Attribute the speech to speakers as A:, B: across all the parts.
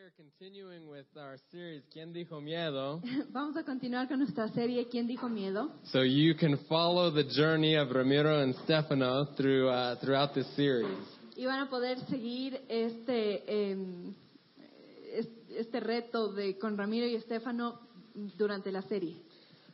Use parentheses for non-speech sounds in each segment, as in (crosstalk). A: are continuing with our series, ¿Quién dijo miedo?
B: (laughs) Vamos a continuar con nuestra serie ¿Quién dijo miedo?
A: So you can follow the journey of Ramiro and Stefano through, uh, throughout this series.
B: Y van a poder seguir este, em, es- este reto de, con Ramiro y Estefano durante la serie.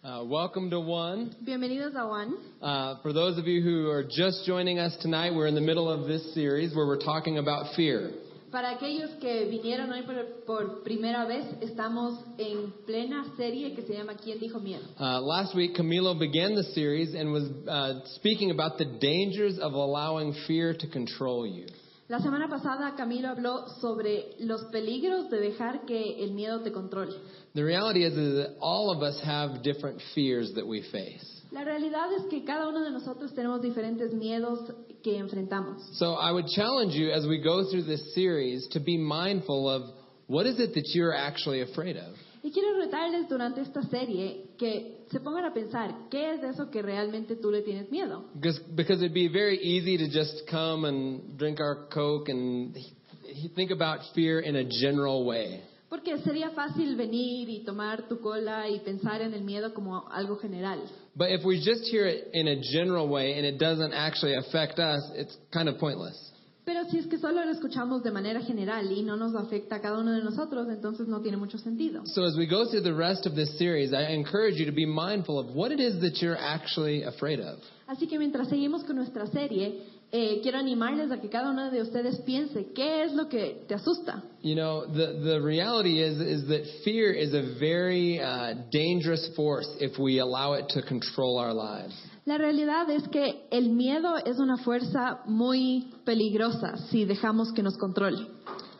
A: Uh, welcome to One.
B: Bienvenidos a Juan.
A: Uh, for those of you who are just joining us tonight, we're in the middle of this series where we're talking about fear.
B: Para aquellos que vinieron hoy por, por primera vez, estamos en plena serie que se llama ¿Quién dijo miedo?
A: Uh, last week, Camilo began the series and was uh, speaking about the dangers of allowing fear to control you.
B: La semana pasada Camilo habló sobre los peligros de dejar que el miedo te controle.
A: The reality is, is that all of us have different fears that we face.
B: La realidad es que cada uno de nosotros tenemos diferentes miedos que enfrentamos.
A: So I would challenge you as we go through this series to be mindful of what is it that you're actually afraid of?
B: Y quiero retarles durante esta serie que se pongan a pensar qué es de eso que realmente tú le tienes miedo.
A: Because, because it'd be very easy to just come and drink our Coke and he- he- think about fear in a general way.
B: Porque sería fácil venir y tomar tu cola y pensar en el miedo como algo general.
A: But if we just hear it in a general way and it doesn't actually affect us, it's kind of pointless.
B: Pero si es que solo lo escuchamos de manera general y no nos afecta a cada uno de nosotros, entonces no tiene mucho sentido.
A: So as we go through the rest of this series, I encourage you to be mindful of what it is that you're actually afraid of.
B: Así que mientras seguimos con nuestra serie, eh, quiero animarles a que cada uno de ustedes piense qué es lo que te asusta.
A: You know, the, the reality is, is that fear is a very uh, dangerous force if we allow it to control our lives.
B: La realidad es que el miedo es una fuerza muy peligrosa si dejamos que nos controle.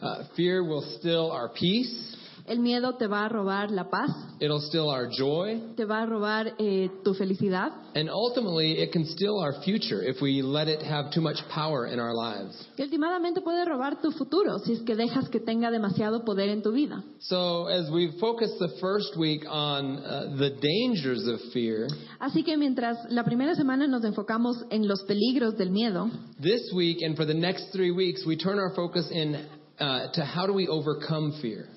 A: Uh, fear will steal our peace.
B: El miedo te va a robar la paz,
A: It'll steal our joy.
B: te va a robar eh, tu felicidad
A: And ultimately, it can steal our future if we let it have too much power in our lives.
B: y últimamente puede robar tu futuro si es que dejas que tenga demasiado poder en tu vida.
A: So as we focus the first week on uh, the dangers of fear,
B: Así que mientras la primera semana nos enfocamos en los peligros del miedo,
A: this week and for the next three weeks, we turn our focus in uh, to how do we overcome fear.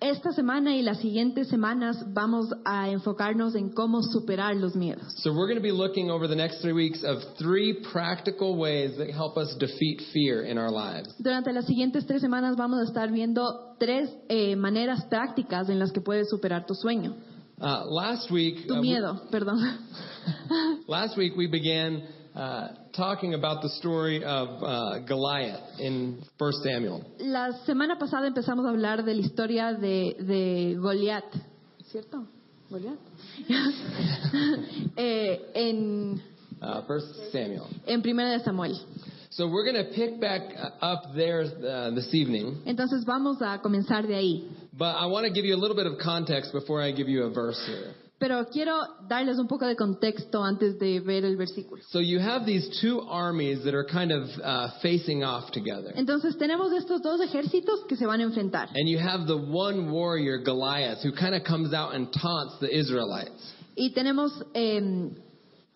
B: esta semana y las siguientes semanas vamos a enfocarnos en cómo superar los miedos.
A: So we're going to be looking over the next three weeks of three practical ways that help us defeat fear in our lives.
B: Durante las siguientes tres semanas vamos a estar viendo tres eh, maneras prácticas en las que puedes superar tu sueño,
A: Uh, last week,
B: tu
A: uh, we-
B: miedo, perdón. (laughs)
A: last week we began uh, talking about the story of uh, Goliath in 1 Samuel.
B: La semana pasada empezamos a hablar de la historia de, de Goliat, ¿cierto? Goliat. (laughs) Eh, en,
A: Uh, 1 Samuel.
B: en Primera de Samuel.
A: So we're going to pick back uh, up there uh, this evening,
B: Entonces vamos a comenzar de ahí.
A: but I want to give you a little bit of context before I give you a verse here.
B: Pero quiero darles un poco de contexto antes de ver el versículo.
A: So you have these two armies that are kind of uh, facing off together.
B: Entonces tenemos estos dos ejércitos que se van a enfrentar.
A: And you have the one warrior, Goliath, who kind of comes out and taunts the Israelites.
B: Y tenemos eh,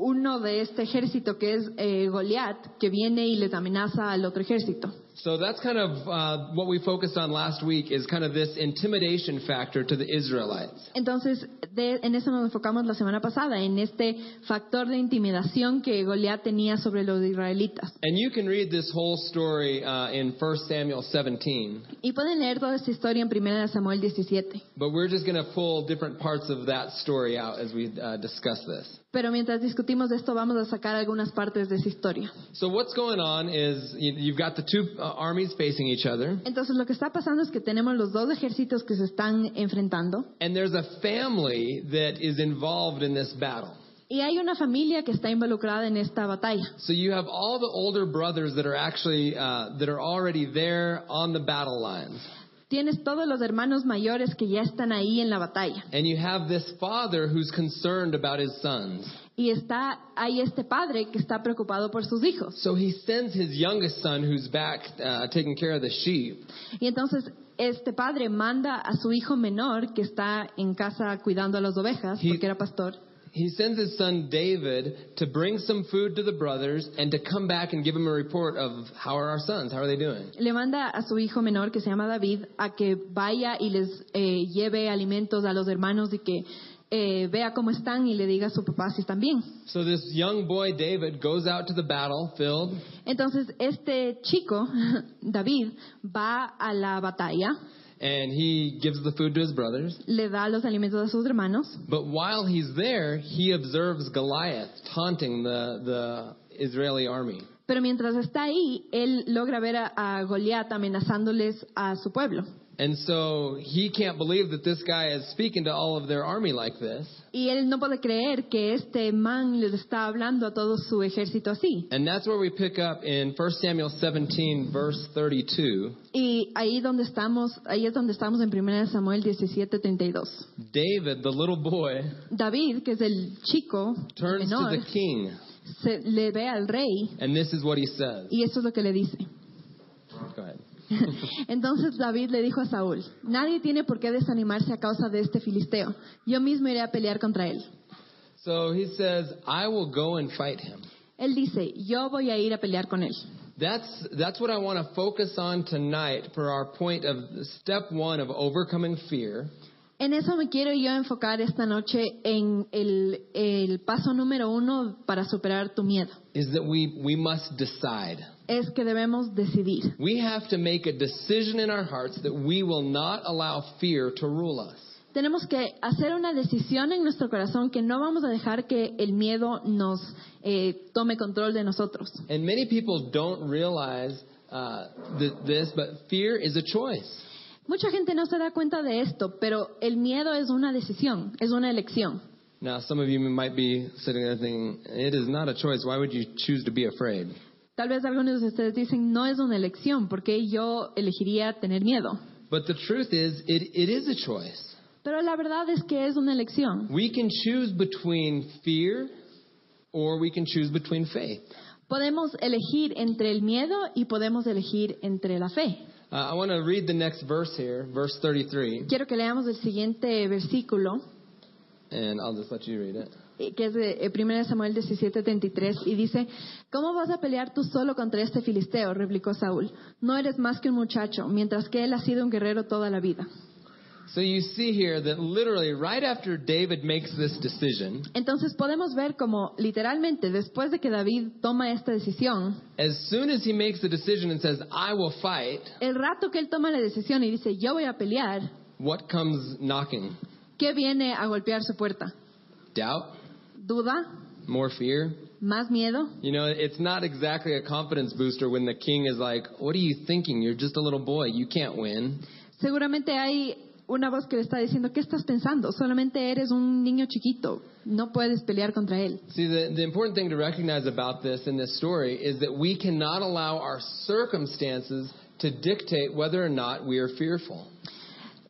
B: uno de este ejército que es eh, Goliat, que viene y les amenaza al otro ejército.
A: So that's kind of uh, what we focused on last week is kind of this intimidation factor to the Israelites.
B: Entonces, de- en eso nos enfocamos la semana pasada, en este factor de intimidación que Goliat tenía sobre los israelitas.
A: And you can read this whole story uh, in 1 Samuel 17,
B: Y pueden leer toda esta historia en 1 de Samuel 17.
A: but we're just going to pull different parts of that story out as we uh, discuss this.
B: Pero mientras discutimos de esto, vamos a sacar algunas partes de esa historia.
A: So what's going on is you- you've got the two uh, armies facing each other,
B: Entonces, lo que está pasando es que tenemos los dos ejércitos que se están enfrentando.
A: and there's a family that is involved in this battle.
B: Y hay una familia que está involucrada en esta batalla.
A: So you have all the older brothers that are actually uh, that are already there on the battle lines,
B: Tienes todos los hermanos mayores que ya están ahí en la batalla.
A: and you have this father who's concerned about his sons.
B: Y está hay este padre que está preocupado por sus hijos.
A: So he sends his youngest son, who's back uh, taking care of the sheep,
B: Y entonces este padre manda a su hijo menor que está en casa cuidando a las ovejas
A: He-
B: porque era pastor.
A: he sends his son David to bring some food to the brothers and to come back and give him a report of how are our sons, how are they doing?
B: Le manda a su hijo menor, que se llama David, a que vaya y les eh, lleve alimentos a los hermanos y que eh, vea cómo están y le diga a su papá si están bien.
A: So this young boy David goes out to the battlefield
B: Entonces, este chico, (laughs) David, va a la batalla,
A: and he gives the food to his brothers.
B: le da los alimentos a sus hermanos,
A: But while he's there, he observes Goliath taunting the, the Israeli army.
B: pero mientras está ahí, él logra ver a, a Goliat amenazándoles a su pueblo.
A: And so he can't believe that this guy is speaking to all of their army like this.
B: Y él no puede creer que este man les está hablando a todo su ejército así.
A: And that's where we pick up in 1 Samuel 17, verse 32.
B: Y ahí donde estamos, ahí es donde estamos en 1 Samuel 17:32.
A: David, the little boy,
B: David, que es el chico el
A: turns
B: menor,
A: to the king,
B: se, le ve al rey
A: and this is what he says.
B: y eso es lo que le dice.
A: Go ahead.
B: Entonces David le dijo a Saúl, nadie tiene por qué desanimarse a causa de este filisteo, yo mismo iré a pelear contra él.
A: So he says, I will go and fight him.
B: Él dice, yo voy a ir a pelear con él.
A: That's, that's what I want to focus on tonight for our point of step one of overcoming fear.
B: En eso me quiero yo enfocar esta noche en el, el paso número uno para superar tu miedo.
A: is that we, we must decide.
B: Es que debemos decidir.
A: We have to make a decision in our hearts that we will not allow fear to rule us.
B: Tenemos que hacer una decisión en nuestro corazón que no vamos a dejar que el miedo nos eh, tome control de nosotros.
A: And many people don't realize uh, th- this, but fear is a choice.
B: Mucha gente no se da cuenta de esto, pero el miedo es una decisión, es una elección.
A: Now, some of you might be sitting there thinking, it is not a choice. Why would you choose to be afraid?
B: Tal vez algunos de ustedes dicen, no es una elección, porque yo elegiría tener miedo.
A: But the truth is, it, it is a choice.
B: Pero la verdad es que es una elección.
A: We can choose between fear or we can choose between faith.
B: Podemos elegir entre el miedo y podemos elegir entre la fe.
A: Uh, I want to read the next verse here, verse 33,
B: Quiero que leamos el siguiente versículo,
A: and I'll just let you read it.
B: eh, que es de eh, 1 Samuel 17:33, y dice, ¿cómo vas a pelear tú solo contra este filisteo? replicó Saúl. No eres más que un muchacho, mientras que él ha sido un guerrero toda la vida.
A: So you see here that literally right after David makes this decision,
B: Entonces podemos ver como literalmente después de que David toma esta decisión,
A: as soon as he makes the decision and says, I will fight,
B: el rato que él toma la decisión y dice yo voy a pelear,
A: what comes knocking?
B: ¿qué viene a golpear su puerta?
A: Doubt?
B: ¿Duda?
A: More fear?
B: ¿Más miedo?
A: You know, it's not exactly a confidence booster when the king is like, What are you thinking? You're just a little boy. You can't win.
B: Seguramente hay una voz que le está diciendo ¿qué estás pensando? Solamente eres un niño chiquito, no puedes pelear contra él.
A: See, the, the important thing to recognize about this in this story is that we cannot allow our circumstances to dictate whether or not we are fearful.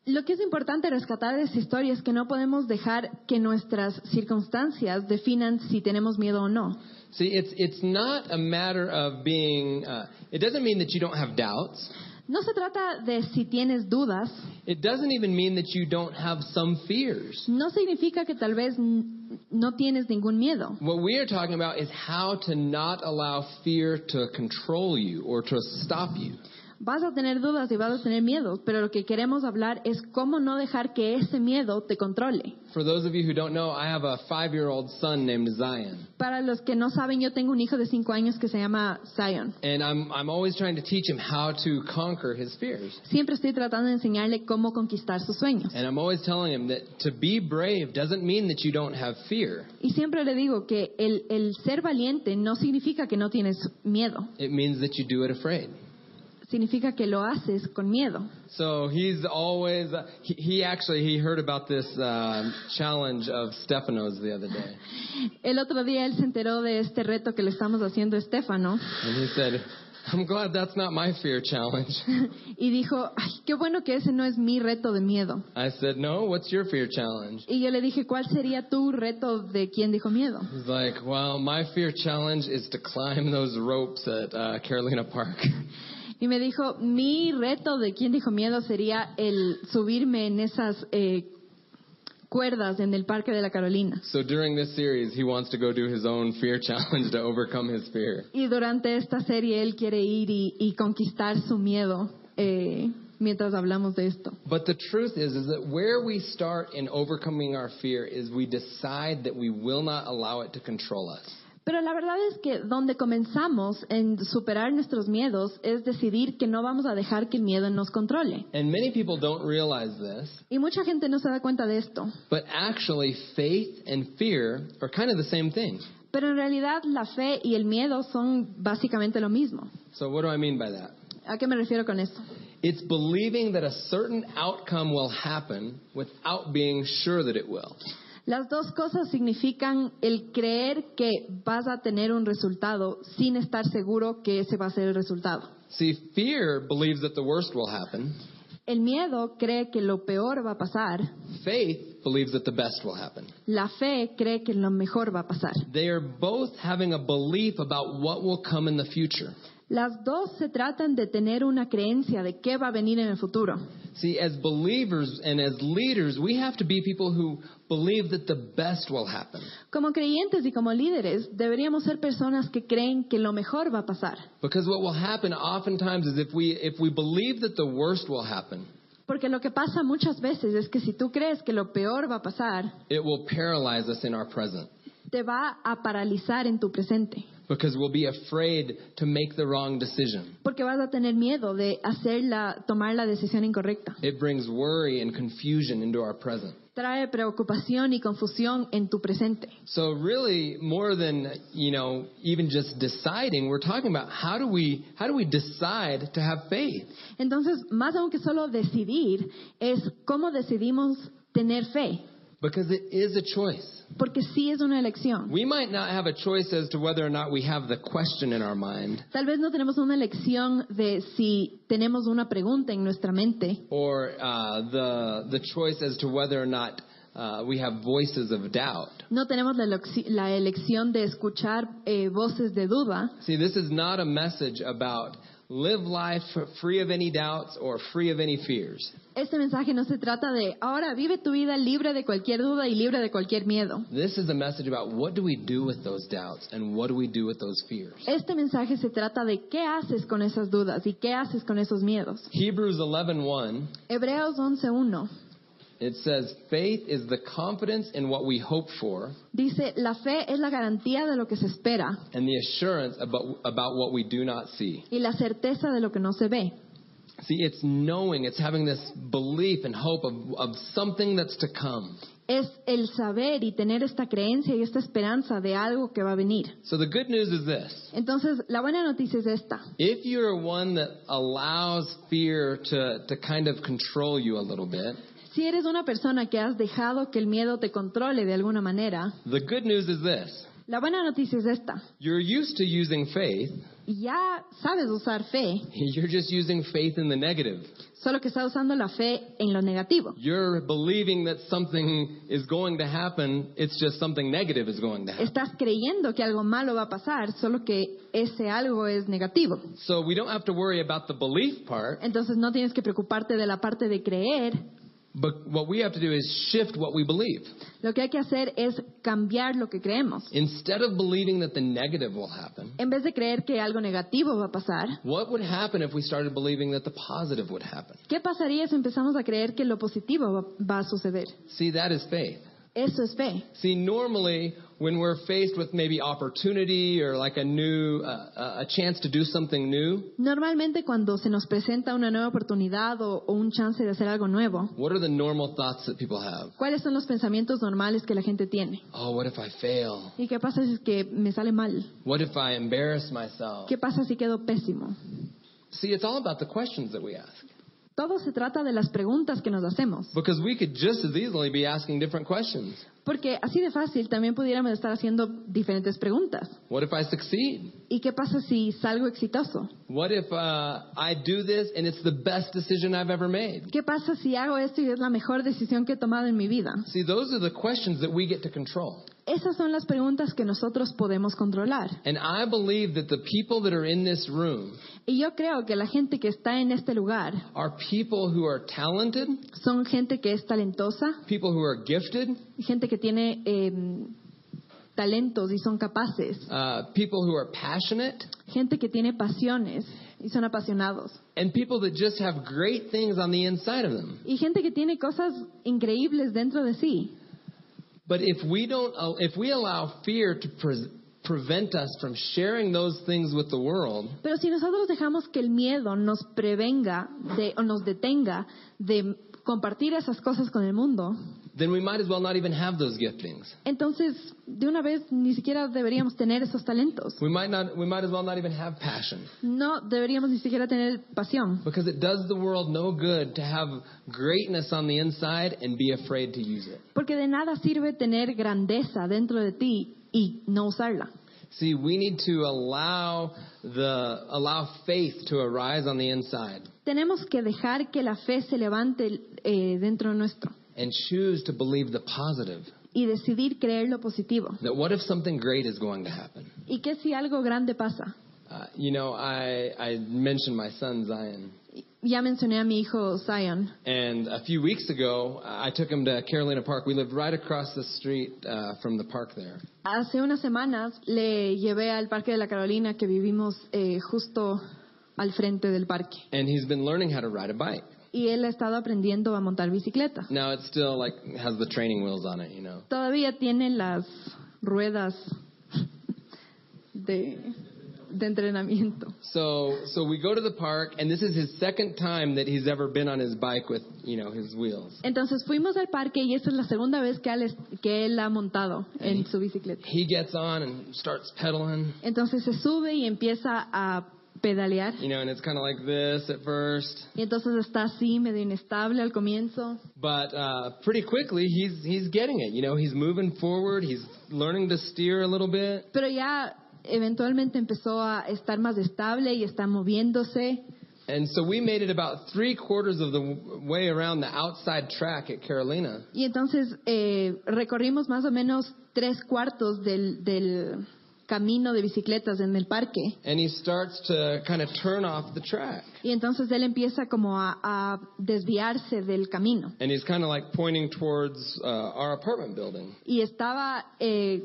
B: Lo que es importante rescatar de esta historia es que no podemos dejar que nuestras circunstancias definan si tenemos miedo o no.
A: See, it's it's not a matter of being. Uh, it doesn't mean that you don't have doubts.
B: No se trata de si tienes dudas,
A: It doesn't even mean that you don't have some fears.
B: No significa que tal vez n- no tienes ningún miedo.
A: What we are talking about is how to not allow fear to control you or to stop you.
B: Vas a tener dudas y vas a tener miedos, pero lo que queremos hablar es cómo no dejar que ese miedo te controle.
A: For those of you who don't know, I have a five-year-old son named Zion,
B: Para los que no saben, yo tengo un hijo de 5 años que se llama Zion.
A: and I'm I'm always trying to teach him how to conquer his fears.
B: Siempre estoy tratando de enseñarle cómo conquistar sus sueños.
A: And I'm always telling him that to be brave doesn't mean that you don't have fear.
B: Y siempre le digo que el, el ser valiente no significa que no tienes miedo,
A: It means that you do it afraid.
B: significa que lo haces con miedo.
A: So he's always uh, he, he actually he heard about this um challenge of Stephanos the other day,
B: El otro día él se enteró de este reto que le estamos haciendo a Estefano.
A: and he said, "I'm glad that's not my fear challenge." (laughs)
B: y dijo, ay, qué bueno que ese no es mi reto de miedo.
A: I said, "No, what's your fear challenge?"
B: Y yo le dije, ¿cuál sería tu reto de quién dijo miedo?
A: He's like, "Well, my fear challenge is to climb those ropes at uh, Carolina Park." (laughs)
B: Y me dijo, mi reto de quién dijo miedo sería el subirme en esas eh, cuerdas en el Parque de la Carolina.
A: So during this series, he wants to go do his own fear (laughs) challenge to overcome his fear.
B: Y durante esta serie él quiere ir y, y conquistar su miedo eh, mientras hablamos de esto.
A: But the truth is, is that where we start in overcoming our fear is we decide that we will not allow it to control us.
B: Pero la verdad es que donde comenzamos en superar nuestros miedos es decidir que no vamos a dejar que el miedo nos controle.
A: And many people don't realize this,
B: Y mucha gente no se da cuenta de esto.
A: but actually, faith and fear are kind of the same thing.
B: Pero en realidad la fe y el miedo son básicamente lo mismo.
A: So, what do I mean by that?
B: ¿A qué me refiero con esto?
A: It's believing that a certain outcome will happen without being sure that it will.
B: Las dos cosas significan el creer que vas a tener un resultado sin estar seguro que ese va a ser el resultado.
A: See, fear believes that the worst will happen,
B: El miedo cree que lo peor va a pasar,
A: faith believes that the best will happen.
B: la fe cree que lo mejor va a pasar.
A: They are both having a belief about what will come in the future.
B: Las dos se tratan de tener una creencia de qué va a venir en el futuro.
A: See, as believers and as leaders, we have to be people who believe that the best will happen.
B: Como creyentes y como líderes deberíamos ser personas que creen que lo mejor va a pasar,
A: Because what will happen oftentimes is if we if we believe that the worst will happen,
B: porque lo que pasa muchas veces es que si tú crees que lo peor va a pasar,
A: it will paralyze us in our present.
B: te va a paralizar en tu presente,
A: Because we'll be afraid to make the wrong decision.
B: porque vas a tener miedo de hacer la- tomar la decisión incorrecta.
A: It brings worry and confusion into our present.
B: Trae preocupación y confusión en tu presente.
A: So really more than, you know, even just deciding, we're talking about how do we how do we decide to have faith?
B: Entonces, más aún que solo decidir, es cómo decidimos tener fe,
A: Because it is a choice.
B: porque sí es una elección.
A: We might not have a choice as to whether or not we have the question in our mind
B: Tal vez no tenemos una elección de si tenemos una pregunta en nuestra mente
A: or uh, the the choice as to whether or not uh, we have voices of doubt.
B: No tenemos la, elecci- la elección de escuchar eh, voces de duda.
A: See, this is not a message about live life free of any doubts or free of any fears.
B: Este mensaje no se trata de ahora vive tu vida libre de cualquier duda y libre de cualquier miedo.
A: This is a message about what do we do with those doubts and what do we do with those fears.
B: Este mensaje se trata de qué haces con esas dudas y qué haces con esos miedos.
A: Hebrews 11:1
B: Hebreos 11.1
A: it says faith is the confidence in what we hope for
B: dice, la fe es la garantía de lo que se espera
A: and the assurance about about what we do not see.
B: y la certeza de lo que no se ve.
A: See, it's knowing, it's having this belief and hope of, of something that's to come.
B: Es el saber y tener esta creencia y esta esperanza de algo que va a venir.
A: So the good news is this.
B: Entonces, la buena noticia es esta.
A: If you're one that allows fear to, to kind of control you a little bit,
B: Si eres una persona que has dejado que el miedo te controle de alguna manera,
A: the good news is this.
B: la buena noticia es esta.
A: You're used to using faith. (laughs)
B: Ya sabes usar fe,
A: You're just using faith in the negative.
B: solo que estás usando la fe en lo negativo.
A: You're believing that something is going to happen. It's just something negative is going to happen.
B: Estás creyendo que algo malo va a pasar, solo que ese algo es negativo.
A: So we don't have to worry about the belief part,
B: Entonces no tienes que preocuparte de la parte de creer.
A: but what we have to do is shift what we believe.
B: Lo que hay que hacer es cambiar lo que creemos.
A: Instead of believing that the negative will happen,
B: En vez de creer que algo negativo va a pasar,
A: what would happen if we started believing that the positive would happen?
B: ¿qué pasaría si empezamos a creer que lo positivo va- va a suceder?
A: See, that is faith.
B: Eso es fe.
A: See, normally when we're faced with maybe opportunity or like a new, uh, a chance to do something new,
B: Normalmente cuando se nos presenta una nueva oportunidad o, o un chance de hacer algo nuevo,
A: what are the normal thoughts that people have?
B: ¿cuáles son los pensamientos normales que la gente tiene?
A: Oh, what if I fail?
B: ¿Y qué pasa si es que me sale mal?
A: What if I embarrass myself?
B: ¿Qué pasa si quedo pésimo?
A: See, it's all about the questions that we ask.
B: Todo se trata de las preguntas que nos hacemos,
A: Because we could just as easily be asking different questions.
B: porque así de fácil también pudiéramos estar haciendo diferentes preguntas.
A: What if I succeed?
B: ¿Y qué pasa si salgo exitoso?
A: What if uh, I do this and it's the best decision I've ever made?
B: ¿Qué pasa si hago esto y es la mejor decisión que he tomado en mi vida?
A: See, those are the questions that we get to control.
B: Esas son las preguntas que nosotros podemos controlar.
A: And I believe that the people that are in this room
B: Y yo creo que la gente que está en este lugar
A: are people who are talented,
B: son gente que es talentosa,
A: people who are gifted,
B: gente que tiene eh, talentos y son capaces,
A: uh, people who are passionate,
B: gente que tiene pasiones y son apasionados,
A: and people that just have great things on the inside of them.
B: y gente que tiene cosas increíbles dentro de sí.
A: But if we don't, if we allow fear to pre- prevent us from sharing those things with the world,
B: Pero si nosotros dejamos que el miedo nos prevenga de- o nos detenga de compartir esas cosas con el mundo,
A: then we might as well not even have those giftings.
B: entonces de una vez ni siquiera deberíamos tener esos talentos.
A: We might not, we might as well not even have passion
B: No deberíamos ni siquiera tener pasión.
A: because it does the world no good to have greatness on the inside and be afraid to use it.
B: Porque de nada sirve tener grandeza dentro de ti y no usarla.
A: See, we need to allow the allow faith to arise on the inside
B: Tenemos que dejar que la fe se levante eh, dentro nuestro
A: and choose to believe the positive.
B: y decidir creer lo positivo.
A: That what if something great is going to happen?
B: ¿Y qué si algo grande pasa?
A: Uh, you know, I I mentioned my son Zion,
B: Ya mencioné a mi hijo Zion.
A: and a few weeks ago I took him to Carolina Park. We lived right across the street uh, from the park there,
B: Hace unas semanas le llevé al Parque de la Carolina que vivimos eh, justo al frente del parque.
A: and he's been learning how to ride a bike.
B: Y él ha estado aprendiendo a montar bicicleta.
A: Now it still like has the training wheels on it, you know.
B: Todavía tiene las ruedas de, de entrenamiento.
A: So so we go to the park, and this is his second time that he's ever been on his bike with you know his wheels.
B: Entonces fuimos al parque y esa es la segunda vez que él, es- que él ha montado en su bicicleta.
A: he gets on and starts pedaling,
B: Entonces se sube y empieza a pedalear.
A: you know, and it's kind of like this at first,
B: Y entonces está así, medio inestable al comienzo.
A: but uh, pretty quickly he's he's getting it. You know, he's moving forward, he's learning to steer a little bit,
B: Pero ya eventualmente empezó a estar más estable y está moviéndose.
A: and so we made it about three quarters of the w- way around the outside track at Carolina,
B: Y entonces eh, recorrimos más o menos tres cuartos del, del camino de bicicletas en el parque.
A: and he starts to kind of turn off the track,
B: Y entonces él empieza como a, a desviarse del camino.
A: and he's kind of like pointing towards uh, our apartment building.
B: Y estaba eh,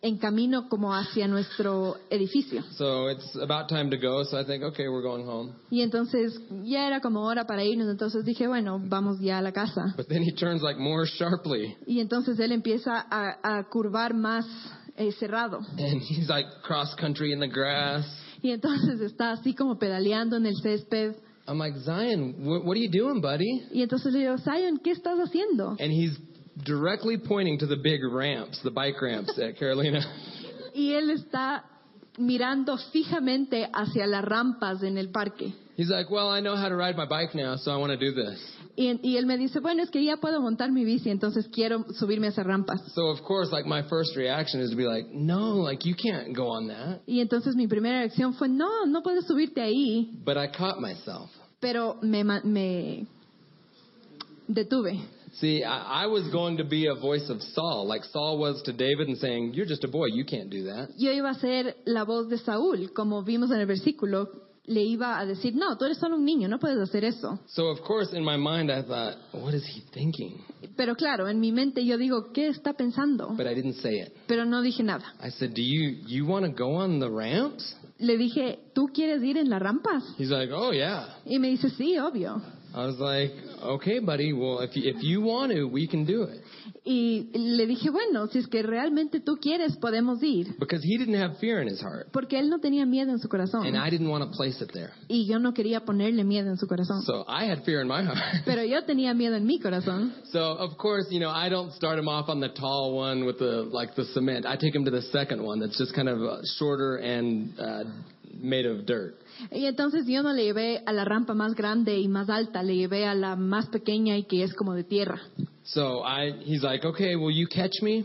B: en camino como hacia nuestro edificio.
A: So it's about time to go. So I think, okay, we're going home.
B: Y entonces ya era como hora para irnos. Entonces dije, bueno, vamos ya a la casa.
A: But then he turns like more sharply.
B: Y entonces él empieza a, a curvar más eh, cerrado.
A: and (laughs) he's like cross country in the grass.
B: Y entonces está así como pedaleando en el césped.
A: I'm like, Zion, wh- what are you doing, buddy?
B: Y entonces le digo, Zion, ¿qué estás haciendo?
A: And he's directly pointing to the big ramps, the bike ramps at (laughs) Carolina.
B: Y él está mirando fijamente hacia las rampas en el parque.
A: He's like, well, I know how to ride my bike now, so I want to do this.
B: Y, y él me dice, bueno, es que ya puedo montar mi bici, entonces quiero subirme a esas rampas.
A: So of course, like my first reaction is to be like, no, like you can't go on that.
B: Y entonces mi primera reacción fue, no, no puedes subirte ahí,
A: But I caught myself.
B: pero me, ma- me detuve.
A: See, I, I was going to be a voice of Saul, like Saul was to David, and saying, "You're just a boy. You can't do that."
B: Yo iba a ser la voz de Saúl, como vimos en el versículo, le iba a decir, no, tú eres solo un niño, no puedes hacer eso.
A: So of course, in my mind, I thought, "What is he thinking?"
B: Pero claro, en mi mente yo digo, ¿qué está pensando?
A: But I didn't say it.
B: Pero no dije nada.
A: I said, "Do you you want to go on the ramps?"
B: Le dije, ¿tú quieres ir en las rampas?
A: He's like, "Oh yeah."
B: Y me dice, sí, obvio.
A: I was like, "Okay, buddy. Well, if you, if you want to, we can do it."
B: Y le dije, bueno, si es que realmente tú quieres, podemos ir.
A: Because he didn't have fear in his heart,
B: Porque él no tenía miedo en su corazón.
A: and I didn't want to place it there.
B: Y yo no quería ponerle miedo en su corazón.
A: So I had fear in my (laughs) heart.
B: Pero yo tenía miedo en mi corazón.
A: So of course, you know, I don't start him off on the tall one with the like the cement. I take him to the second one that's just kind of uh, shorter and uh, made of dirt.
B: Y entonces yo no le llevé a la rampa más grande y más alta, le llevé a la más pequeña y que es como de tierra.
A: So I he's like, "Okay, will you catch me?"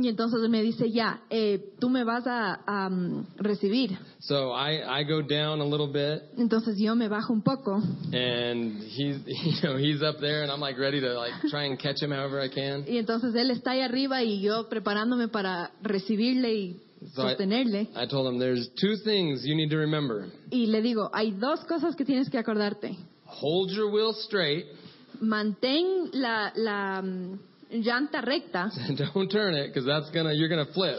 B: Y entonces me dice, ya, eh, tú me vas a, a, mm, recibir.
A: So I, I go down a little bit,
B: Entonces yo me bajo un poco
A: and he's (laughs) you know he's up there, and I'm like ready to like try and catch him however I can.
B: y entonces él está ahí arriba y yo preparándome para recibirle y
A: So I-
B: sostenerle.
A: I told him there's two things you need to remember:
B: Y le digo, hay dos cosas que tienes que acordarte.
A: hold your wheel straight, (laughs)
B: Mantén la, la mm, llanta recta,
A: and don't turn it because that's gonna you're gonna flip.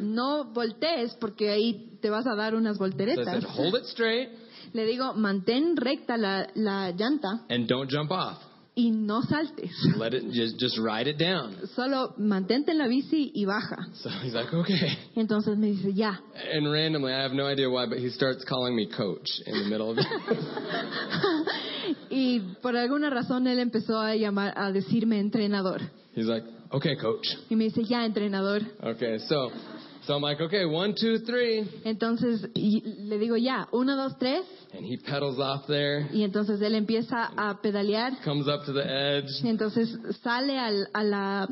B: no voltees porque ahí te vas a dar unas
A: So I said
B: volteretas.
A: hold it straight
B: Le digo, mantén recta la, la llanta
A: and don't jump off.
B: y no saltes.
A: Let it just just ride it down.
B: Solo mantente en la bici y baja.
A: So he's like okay.
B: Y entonces me dice, ya.
A: And randomly, I have no idea why, but he starts calling me coach in the middle of it. (laughs)
B: Y por alguna razón él empezó a llamar, a decirme entrenador.
A: He's like, okay, coach.
B: Y me dice, ya, entrenador.
A: Okay, so, so I'm like, okay, one, two, three.
B: Entonces y le digo, ya, uno, dos, tres.
A: And he pedals off there,
B: Y entonces él empieza a pedalear.
A: comes up to the edge,
B: Y entonces sale al, a la,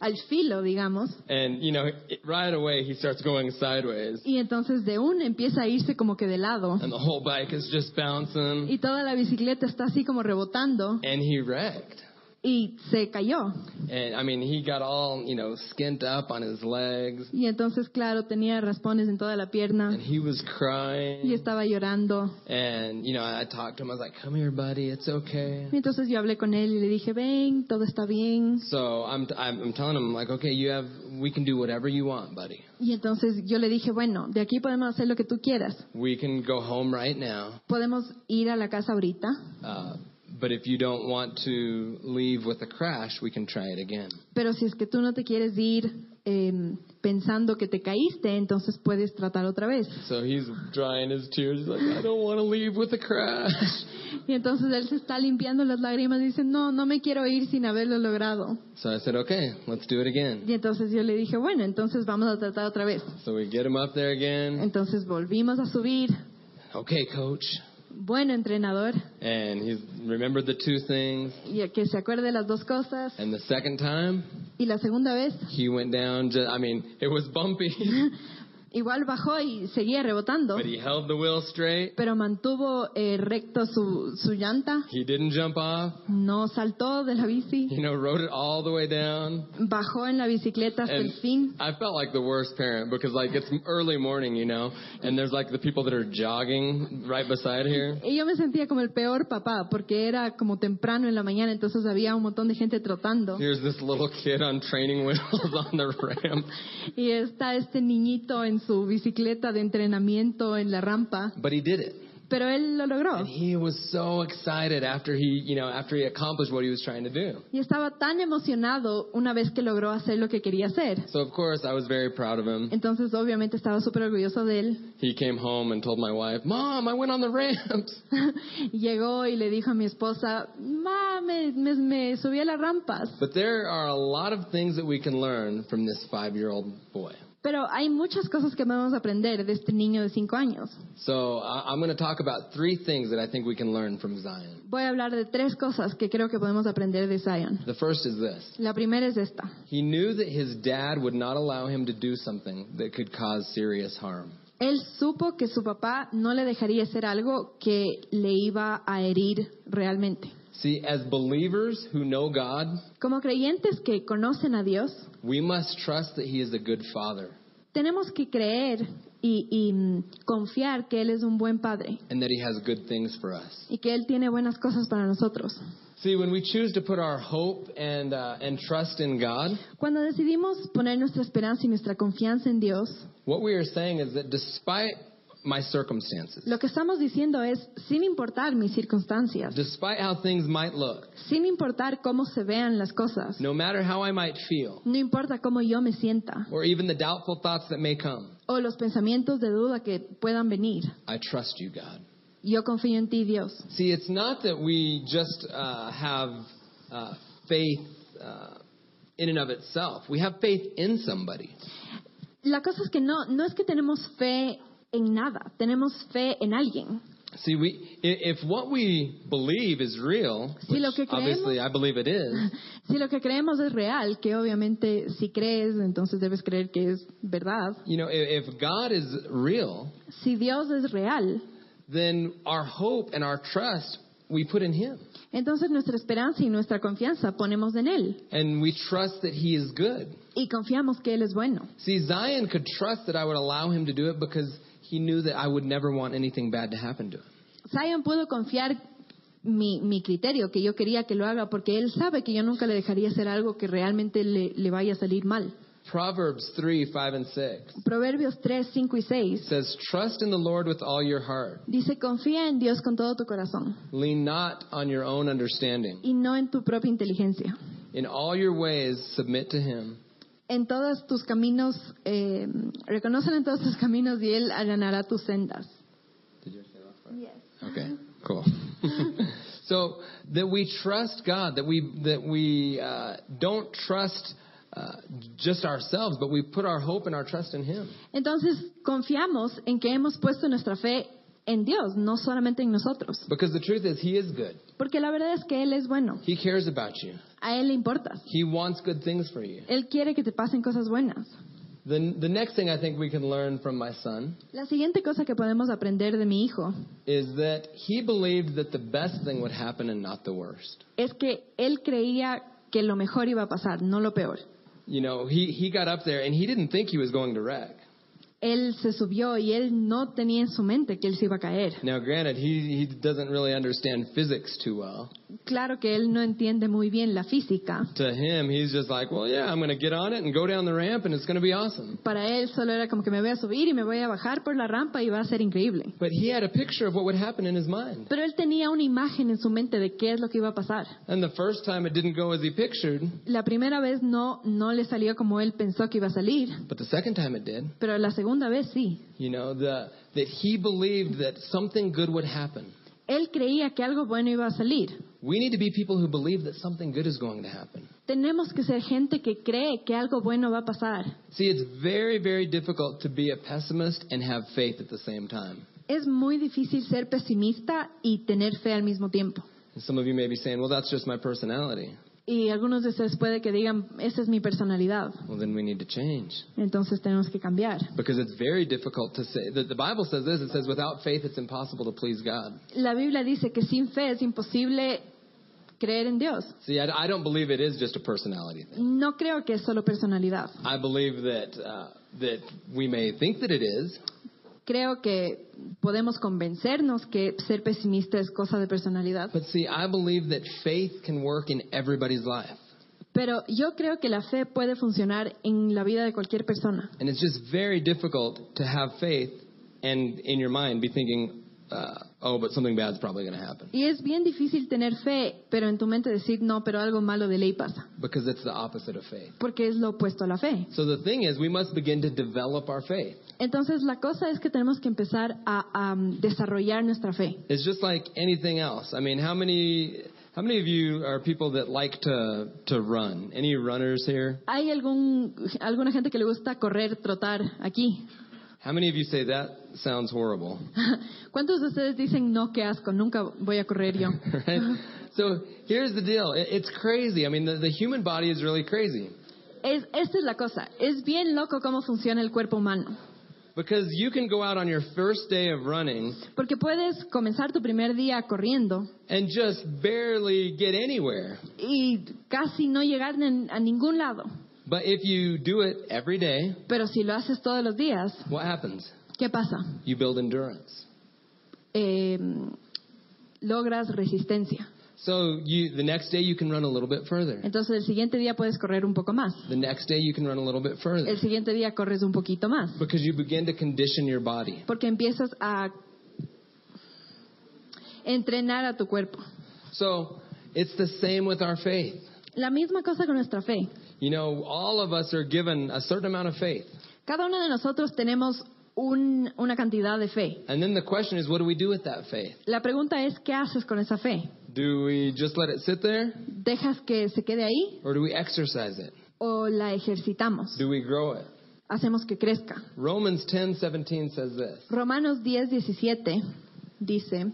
B: al filo, digamos.
A: and, you know, it- right away he starts going sideways.
B: Y entonces de un empieza a irse como que de lado.
A: And the whole bike is just bouncing.
B: Y toda la bicicleta está así como rebotando.
A: And he wrecked.
B: Y se cayó.
A: And, I mean, he got all, you know, skint up on his legs.
B: Y entonces, claro, tenía raspones en toda la pierna.
A: And he was
B: Y
A: crying.
B: estaba llorando.
A: And, you know, I I talked to him. I was like, come here, buddy. It's okay.
B: Y entonces yo hablé con él y le dije, ven, todo está bien.
A: So I'm, I'm, I'm telling him like, okay, you have, we can do whatever you want, buddy.
B: Y entonces yo le dije, bueno, de aquí podemos hacer lo que tú quieras.
A: We can go home right now.
B: Podemos ir a la casa ahorita,
A: Uh, but if you don't want to leave with a crash, we can try it again.
B: pero si es que tú no te quieres ir eh, pensando que te caíste, entonces puedes tratar otra vez.
A: So he's drying his tears. He's like, I don't want to leave with a crash. (laughs)
B: Y entonces él se está limpiando las lágrimas y dice, no, no me quiero ir sin haberlo logrado.
A: So I said, okay, let's do it again.
B: Y entonces yo le dije, bueno, entonces vamos a tratar otra vez.
A: So we get him up there again.
B: Entonces volvimos a subir.
A: Okay, coach.
B: Bueno, entrenador,
A: And he's remembered the two things.
B: y que se acuerde las dos cosas.
A: And the second time,
B: Y la segunda vez
A: he went down. Just, I mean, it was bumpy, (laughs)
B: Igual bajó y seguía rebotando,
A: but he held the wheel straight.
B: pero mantuvo eh, recto su, su llanta,
A: He didn't jump off.
B: no saltó de la bici,
A: you know, rode it all the way down.
B: bajó en la bicicleta hasta
A: And
B: el fin.
A: I felt like the worst parent because like it's early morning, you know, and there's like the people that are jogging right beside here.
B: Y yo me sentía como el peor papá, porque era como temprano en la mañana, entonces había un montón de gente trotando.
A: Here's this little kid on training wheels (laughs) on the ramp,
B: Y está este niñito en su bicicleta de entrenamiento en la rampa,
A: but he did it.
B: pero él lo logró.
A: And he was so excited after he, you know, after he accomplished what he was trying to do.
B: Y estaba tan emocionado una vez que logró hacer lo que quería hacer.
A: So of course I was very proud of him.
B: Entonces obviamente estaba súper orgulloso de él.
A: He came home and told my wife, "Mom, I went on the ramps."
B: Llegó y le dijo a mi esposa, ma, me, me- me subí a las rampas.
A: (laughs) But there are a lot of things that we can learn from this 5-year-old boy.
B: Pero hay muchas cosas que vamos a aprender de este niño de 5 años.
A: So I- I'm going to talk about three things that I think we can learn from Zion.
B: Voy a hablar de tres cosas que creo que podemos aprender de Zion.
A: The first is this.
B: La primera es esta.
A: He knew that his dad would not allow him to do something that could cause serious harm.
B: Él supo que su papá no le dejaría hacer algo que le iba a herir realmente.
A: See, as believers who know God,
B: Como creyentes que conocen a Dios,
A: we must trust that he is a good father
B: tenemos que creer y, y mm, confiar que Él es un buen padre
A: and that he has good things for us.
B: y que Él tiene buenas cosas para nosotros.
A: See, when we choose to put our hope and, uh, and trust in God,
B: Cuando decidimos poner nuestra esperanza y nuestra confianza en Dios,
A: what we are saying is that despite my circumstances,
B: lo que estamos diciendo es, sin importar mis circunstancias,
A: despite how things might look,
B: sin importar cómo se vean las cosas,
A: no matter how I might feel,
B: no importa cómo yo me sienta
A: or even the doubtful thoughts that may come,
B: o los pensamientos de duda que puedan venir,
A: I trust you, God.
B: yo confío en ti, Dios.
A: See, it's not that we just uh, have uh, faith uh, in and of itself. We have faith in somebody.
B: La cosa es que no, no es que tenemos fe en nada, tenemos fe en alguien.
A: See, we i- if what we believe is real,
B: Si
A: which
B: lo que creemos-
A: obviously I believe it
B: (laughs)
A: is,
B: Si lo que creemos es real, que obviamente si crees, entonces debes creer que es verdad.
A: you know, i- if God is real,
B: Si Dios es real,
A: then our hope and our trust we put in Him,
B: entonces nuestra esperanza y nuestra confianza ponemos en Él
A: and we trust that He is good.
B: y confiamos que Él es bueno.
A: See, Zion could trust that I would allow him to do it because he knew that I would never want anything bad to happen to him.
B: Zion pudo confiar mi, mi criterio, que yo quería que lo haga, porque Él sabe que yo nunca le dejaría hacer algo que realmente le, le vaya a salir mal.
A: Proverbs 3, 5, and 6
B: Proverbios 3, 5 y 6
A: says, Trust in the Lord with all your heart.
B: dice, confía en Dios con todo tu corazón
A: Lean not on your own understanding.
B: y no en tu propia inteligencia.
A: In all your ways, submit to him,
B: En todos tus caminos, eh, reconócelo en todos tus caminos y Él allanará tus sendas.
A: Okay, cool. (laughs) so that we trust God, that we that we uh, don't trust uh, just ourselves, but we put our hope and our trust in Him.
B: Entonces, confiamos en que hemos puesto nuestra fe en Dios, no solamente en nosotros.
A: Because the truth is, He is good.
B: Porque la verdad es que Él es bueno.
A: He cares about you.
B: A Él le importas.
A: He wants good things for you.
B: Él quiere que te pasen cosas buenas.
A: The the next thing I think we can learn from my son
B: La siguiente cosa que podemos aprender de mi hijo
A: is that he believed that the best thing would happen and not the worst.
B: es que él creía que lo mejor iba a pasar, no lo peor.
A: You know, he he got up there and he didn't think he was going to wreck.
B: Él se subió y él no tenía en su mente que él se iba a caer.
A: Now, granted, he he doesn't really understand physics too well.
B: Claro que él no entiende muy bien la física.
A: to him, he's just like, well, yeah, I'm going to get on it and go down the ramp, and it's going to be awesome.
B: Para él solo era como que me voy a subir y me voy a bajar por la rampa y va a ser increíble.
A: But he had a picture of what would happen in his mind.
B: Pero él tenía una imagen en su mente de qué es lo que iba a pasar.
A: And the first time it didn't go as he pictured,
B: La primera vez no, no le salió como él pensó que iba a salir,
A: but the second time it did.
B: pero la segunda vez sí.
A: You know, the, that he believed that something good would happen.
B: Él creía que algo bueno iba a salir.
A: We need to be people who believe that something good is going to happen.
B: Tenemos que ser gente que cree que algo bueno va a pasar.
A: See, it's very, very difficult to be a pessimist and have faith at the same time.
B: Es muy difícil ser pesimista y tener fe al mismo tiempo.
A: And some of you may be saying, well, that's just my personality.
B: Y algunos de ustedes puede que digan, esa es mi personalidad,
A: Well, then we need to change.
B: entonces tenemos que cambiar.
A: Because it's very difficult to say. The, the Bible says this it says, without faith, it's impossible to please God.
B: La Biblia dice que sin fe es imposible creer en Dios.
A: See, I, I don't believe it is just a personality thing.
B: No creo que es solo personalidad.
A: I believe that, uh, that we may think that it is,
B: Creo que podemos convencernos que ser pesimista es cosa de personalidad.
A: but see, I believe that faith can work in everybody's life.
B: Pero yo creo que la fe puede funcionar en la vida de cualquier persona.
A: And it's just very difficult to have faith and in your mind be thinking, uh, oh, but something bad's probably going to happen.
B: Y es bien difícil tener fe, pero en tu mente decir, no, pero algo malo de ley pasa,
A: Because it's the opposite of faith.
B: porque es lo opuesto a la fe.
A: So the thing is, we must begin to develop our faith.
B: Entonces la cosa es que tenemos que empezar a, a, um, desarrollar nuestra fe.
A: It's just like anything else. I mean, how many how many of you are people that like to to run? Any runners here?
B: ¿Hay algún, alguna gente que le gusta correr, trotar aquí?
A: How many of you say that sounds horrible? (laughs)
B: ¿Cuántos de ustedes dicen, no, qué asco, nunca voy a correr yo?
A: right? So here's the deal. It, it's crazy. I mean, the, the human body is really crazy
B: Es, esta es la cosa, es bien loco cómo funciona el cuerpo humano,
A: because you can go out on your first day of running
B: porque puedes comenzar tu primer día corriendo
A: and just barely get anywhere.
B: y casi no llegar en- a ningún lado,
A: But if you do it every day,
B: pero si lo haces todos los días,
A: what happens?
B: ¿qué pasa?
A: You build endurance.
B: Eh, logras resistencia.
A: So you the next day you can run a little bit further.
B: Entonces el siguiente día puedes correr un poco más.
A: The next day you can run a little bit further
B: El siguiente día corres un poquito más,
A: because you begin to condition your body.
B: porque empiezas a entrenar a tu cuerpo.
A: So it's the same with our faith.
B: La misma cosa con nuestra fe.
A: You know, all of us are given a certain amount of faith.
B: Cada uno de nosotros tenemos un- una cantidad de fe.
A: And then the question is, what do we do with that faith?
B: La pregunta es, ¿qué haces con esa fe?
A: Do we just let it sit there
B: ¿Dejas que se quede ahí
A: or do we exercise it?
B: o la ejercitamos?
A: Do we grow it?
B: Hacemos que crezca.
A: Romans 10:17 says this.
B: Romanos 10, 17 dice,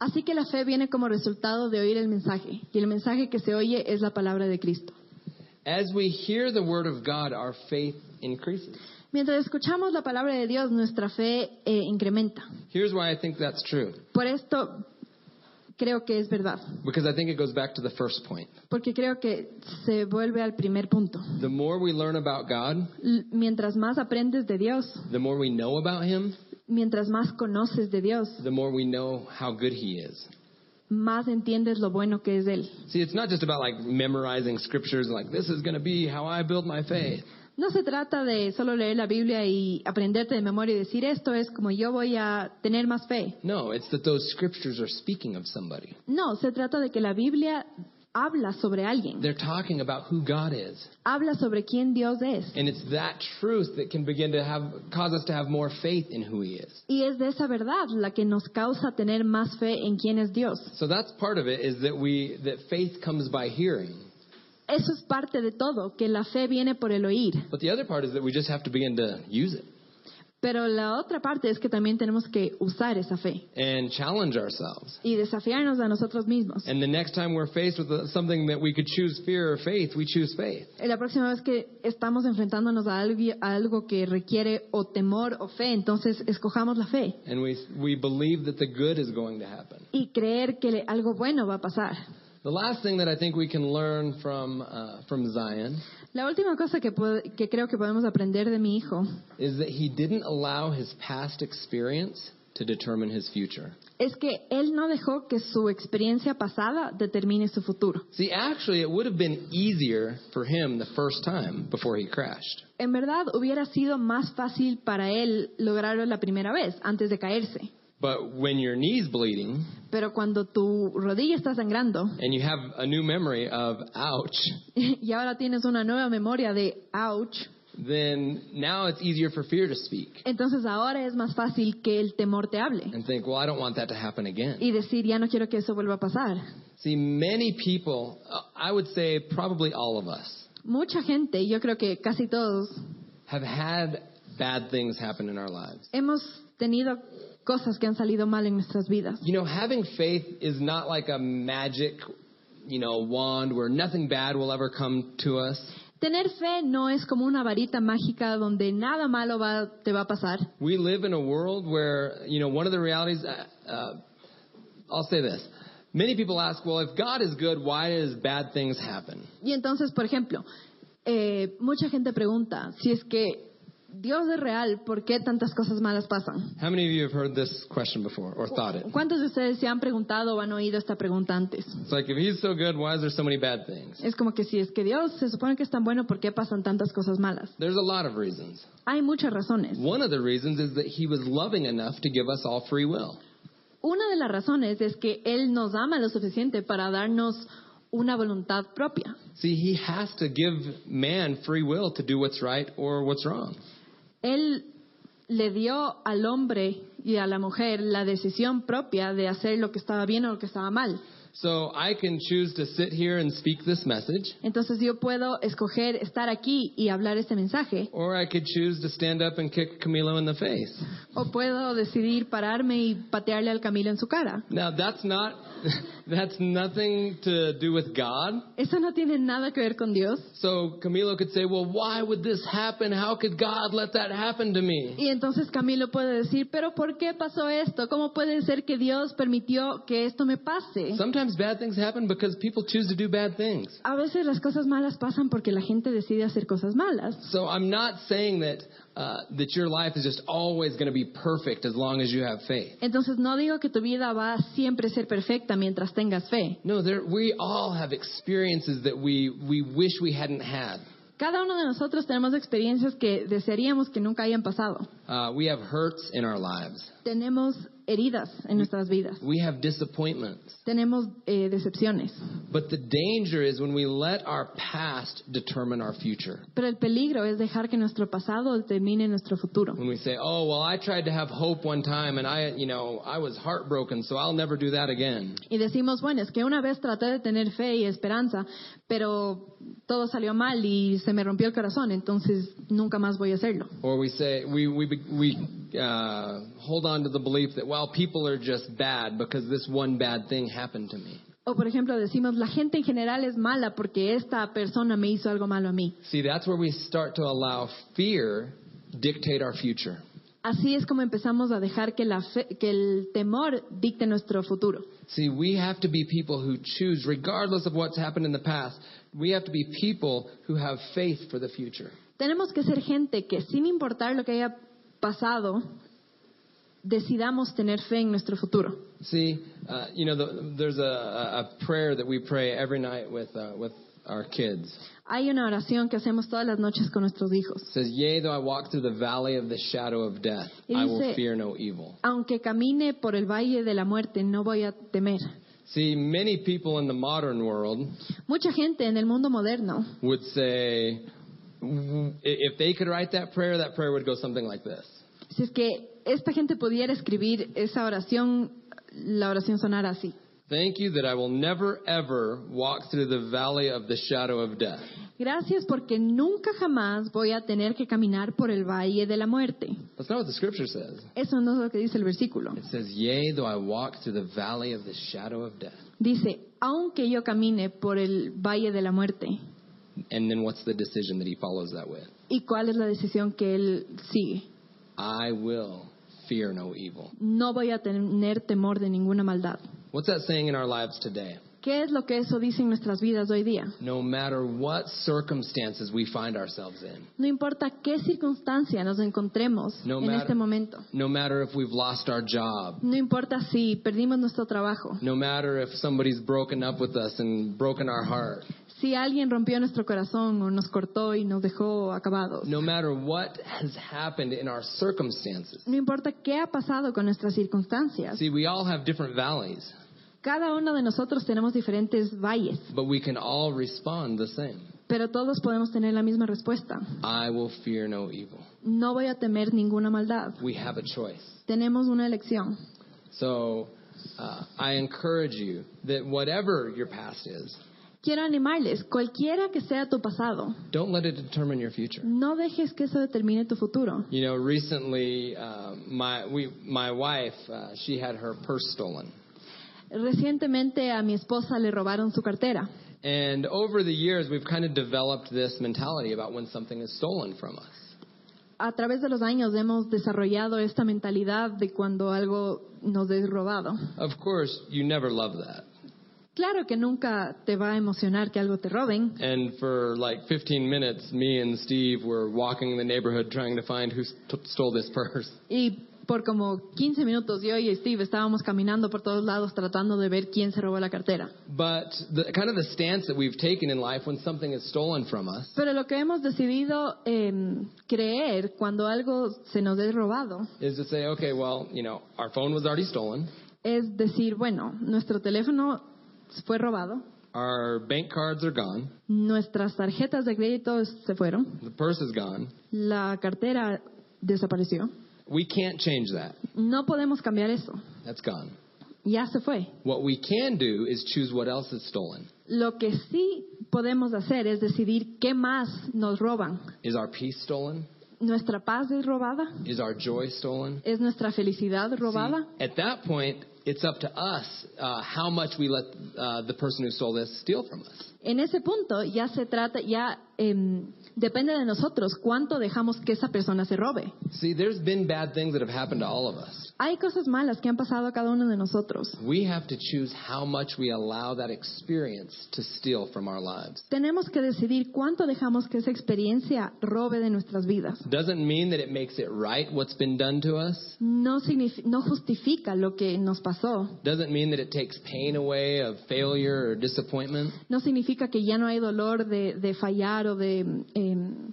B: así que la fe viene como resultado de oír el mensaje, y el mensaje que se oye es la palabra de Cristo.
A: As we hear the word of God, our faith increases.
B: Mientras escuchamos la palabra de Dios, nuestra fe eh, incrementa.
A: Here's why I think that's true
B: Por esto creo que es verdad,
A: because I think it goes back to the first point.
B: porque creo que se vuelve al primer punto.
A: The more we learn about God,
B: L- mientras más aprendes de Dios,
A: the more we know about Him,
B: mientras más conoces de Dios,
A: the more we know how good He is.
B: más entiendes lo bueno que es Él.
A: See, it's not just about like memorizing scriptures, like this is going to be how I build my faith.
B: No se trata de solo leer la Biblia y aprenderte de memoria y decir esto es como yo voy a tener más fe.
A: No, it's that those scriptures are speaking of somebody.
B: No, se trata de que la Biblia habla sobre alguien,
A: They're talking about who God is.
B: habla sobre quién Dios es.
A: And it's that truth that can begin to have cause us to have more faith in who he is.
B: Y es de esa verdad la que nos causa tener más fe en quién es Dios.
A: So that's part of it is that we that faith comes by hearing.
B: Eso es parte de todo, que la fe viene por el oír.
A: But the other part is that we just have to begin to use it
B: Pero la otra parte es que también tenemos que usar esa fe
A: and challenge ourselves.
B: y desafiarnos a nosotros mismos.
A: And the next time we're faced with uh, something that we could choose fear or faith, we choose faith.
B: La próxima vez que estamos enfrentándonos a algo, a algo que requiere o temor o fe, entonces escojamos la fe
A: And we we believe that the good is going to happen.
B: y creer que le- algo bueno va a pasar.
A: The last thing that I think we can learn from uh, from Zion
B: La última cosa que, pod- que creo que podemos aprender de mi hijo
A: is that he didn't allow his past experience to determine his future.
B: es que él no dejó que su experiencia pasada determine su futuro.
A: See, actually, it would have been easier for him the first time before he crashed.
B: En verdad hubiera sido más fácil para él lograrlo la primera vez antes de caerse.
A: But when your knee's bleeding
B: Pero cuando tu rodilla está sangrando (laughs)
A: and you have a new memory of ouch,
B: y ahora tienes una nueva memoria de ouch,
A: then now it's easier for fear to speak
B: entonces ahora es más fácil que el temor te hable
A: and think, well, I don't want that to happen again.
B: y decir ya no quiero que eso vuelva a pasar.
A: See, many people, uh, I would say probably all of us,
B: Mucha gente, y yo creo que casi todos,
A: have had bad things happen in our lives.
B: hemos tenido cosas que han salido mal en nuestras vidas.
A: You know, having faith is not like a magic, you know, wand where nothing bad will ever come to us.
B: Tener fe no es como una varita mágica donde nada malo va- te va a pasar.
A: We live in a world where, you know, one of the realities, uh, uh, I'll say this. Many people ask, well, if God is good, why does bad things happen?
B: Y entonces, por ejemplo, eh, mucha gente pregunta, si es que Dios es real, ¿por qué tantas cosas malas pasan?
A: How many of you have heard this question before or thought it?
B: ¿Cuántos de ustedes se han preguntado o han oído esta pregunta antes?
A: It's like, if he's so good, why is there so many bad things?
B: Es como que si es que Dios se supone que es tan bueno, ¿por qué pasan tantas cosas malas?
A: There's a lot of reasons.
B: Hay muchas razones.
A: One of the reasons is that he was loving enough to give us all free will.
B: Una de las razones es que Él nos ama lo suficiente para darnos una voluntad propia.
A: See, he has to give man free will to do what's right or what's wrong.
B: Él le dio al hombre y a la mujer la decisión propia de hacer lo que estaba bien o lo que estaba mal.
A: So I can choose to sit here and speak this message,
B: Entonces yo puedo escoger estar aquí y hablar este mensaje
A: or I could choose to stand up and kick Camilo in the face.
B: o puedo decidir pararme y patearle al Camilo en su cara.
A: Now that's not (laughs) that's nothing to do with God.
B: Eso no tiene nada que ver con Dios.
A: So Camilo could say, "Well, why would this happen? How could God let that happen to me?"
B: Y entonces Camilo puede decir, pero ¿por qué pasó esto? ¿Cómo puede ser que Dios permitió que esto me pase?
A: Sometimes bad things happen because people choose to do bad things.
B: A veces las cosas malas pasan porque la gente decide hacer cosas malas.
A: So I'm not saying that uh, that your life is just always going to be perfect as long as you have faith.
B: Entonces no digo que tu vida va a siempre ser perfecta mientras tengas fe.
A: No, there, we all have experiences that we we wish we hadn't had.
B: Cada uno de nosotros tenemos experiencias que desearíamos que nunca hayan pasado.
A: Uh, we have hurts in our lives.
B: Tenemos heridas en nuestras vidas.
A: We have disappointments.
B: Tenemos eh, decepciones.
A: But the danger is when we let our past determine our future.
B: Pero el peligro es dejar que nuestro pasado determine nuestro futuro.
A: When we say, "Oh, well, I tried to have hope one time and I, you know, I was heartbroken, so I'll never do that again."
B: Y decimos, bueno, es que una vez traté de tener fe y esperanza, pero todo salió mal y se me rompió el corazón, entonces nunca más voy a hacerlo.
A: Or we say we we be- we uh, hold on to the belief that well, people are just bad because this one bad thing happened to me.
B: O por ejemplo decimos, la gente en general es mala porque esta persona me hizo algo malo a mí.
A: See, that's where we start to allow fear dictate our future.
B: Así es como empezamos a dejar que, la fe- que el temor dicte nuestro futuro.
A: See, we have to be people who choose, regardless of what's happened in the past, we have to be people who have faith for the future.
B: Tenemos que ser gente que sin importar lo que haya pasado, decidamos tener fe en nuestro futuro.
A: See, uh, you know, the, there's a, a a prayer that we pray every night with, uh, with our kids.
B: Hay una oración que hacemos todas las noches con nuestros hijos.
A: It says, Yea, though I walk through the valley of the shadow of death, I will
B: Dice-
A: fear no evil.
B: Aunque camine por el valle de la muerte, no voy a temer.
A: See, many people in the modern world
B: Mucha gente en el mundo moderno
A: would say, w- if they could write that prayer, that prayer would go something like this.
B: Si es que esta gente pudiera escribir esa oración, la oración sonara así.
A: Thank you that I will never ever walk through the valley of the shadow of death.
B: Gracias porque nunca jamás voy a tener que caminar por el valle de la muerte.
A: That's not what the scripture says.
B: Eso no es lo que dice el versículo.
A: It says, Yea, though I walk through the valley of the shadow of death.
B: Dice, aunque yo camine por el valle de la muerte.
A: And then what's the decision that he follows that with?
B: ¿Y cuál es la decisión que él sigue?
A: I will fear no evil.
B: No voy a tener temor de ninguna maldad.
A: What's that saying in our lives today?
B: ¿Qué es lo que eso dice en nuestras vidas hoy día?
A: No matter what circumstances we find ourselves in,
B: No importa qué circunstancia nos encontremos
A: No
B: en
A: matter-
B: este momento.
A: no matter if we've lost our job,
B: No importa si perdimos nuestro trabajo,
A: no matter if somebody's broken up with us and broken our heart,
B: si alguien rompió nuestro corazón o nos cortó y nos dejó acabados.
A: no matter what has happened in our circumstances.
B: No importa qué ha pasado con nuestras circunstancias.
A: See, we all have different valleys,
B: Cada uno de nosotros tenemos diferentes valles,
A: but we can all respond the same.
B: pero todos podemos tener la misma respuesta.
A: I will fear no evil.
B: No voy a temer ninguna maldad.
A: We have a choice.
B: Tenemos una elección.
A: So uh, I encourage you that whatever your past is,
B: Quiero animarles, cualquiera que sea tu pasado,
A: don't let it determine your future.
B: no dejes que eso determine tu futuro.
A: You know, recently, uh, my we my wife uh, she had her purse stolen,
B: Recientemente a mi esposa le robaron su cartera.
A: and over the years we've kind of developed this mentality about when something is stolen from us.
B: A través de los años hemos desarrollado esta mentalidad de cuando algo nos es robado.
A: Of course, you never love that,
B: Claro que nunca te va a emocionar que algo te roben.
A: and for like 15 minutes, me and Steve were walking the neighborhood trying to find who st- stole this purse.
B: Y por como 15 minutos yo y Steve estábamos caminando por todos lados tratando de ver quién se robó la cartera.
A: But the kind of the stance that we've taken in life when something is stolen from us
B: Pero lo que hemos decidido em, creer cuando algo se nos es robado
A: is to say, okay, well, you know, our phone was already stolen,
B: es decir, bueno, nuestro teléfono fue robado,
A: our bank cards are gone,
B: nuestras tarjetas de crédito se fueron,
A: the purse is gone.
B: la cartera desapareció.
A: We can't change that.
B: No podemos cambiar eso.
A: That's gone.
B: Ya se fue.
A: What we can do is choose what else is stolen.
B: Lo que sí podemos hacer es decidir qué más nos roban.
A: Is our peace stolen?
B: ¿Nuestra paz es robada?
A: Is our joy stolen?
B: ¿Es nuestra felicidad robada?
A: See, at that point, it's up to us uh, how much we let uh, the person who stole this steal from us.
B: En ese punto ya se trata, ya em, depende de nosotros cuánto dejamos que esa persona se robe.
A: See, there's been bad things that have happened to all of us.
B: Hay cosas malas que han pasado a cada uno de nosotros.
A: We have to choose how much we allow that experience to steal from our lives.
B: Tenemos que decidir cuánto dejamos que esa experiencia robe de nuestras vidas.
A: Doesn't mean that it makes it right what's been done to us.
B: No, signifi- no justifica lo que nos pasó.
A: Doesn't mean that it takes pain away of failure or disappointment.
B: No significa que ya no hay dolor de, de fallar o de em,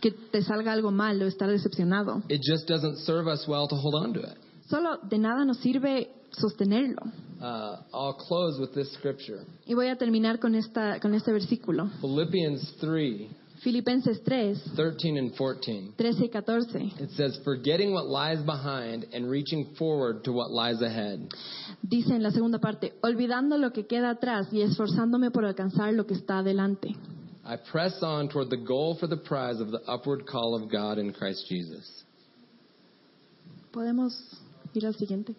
B: que te salga algo mal o estar decepcionado.
A: It just doesn't serve us well to hold on to it.
B: Solo de nada nos sirve sostenerlo.
A: Uh, I'll close with this scripture
B: Y voy a terminar con, esta, con este versículo.
A: Philippians 3
B: Filipenses 3,
A: 13 and 14.
B: 13 y 14.
A: It says, Forgetting what lies behind and reaching forward to what lies ahead.
B: Dice en la segunda parte, olvidando lo que queda atrás y esforzándome por alcanzar lo que está adelante.
A: I press on toward the goal for the prize of the upward call of God in Christ Jesus.
B: Podemos ir al siguiente.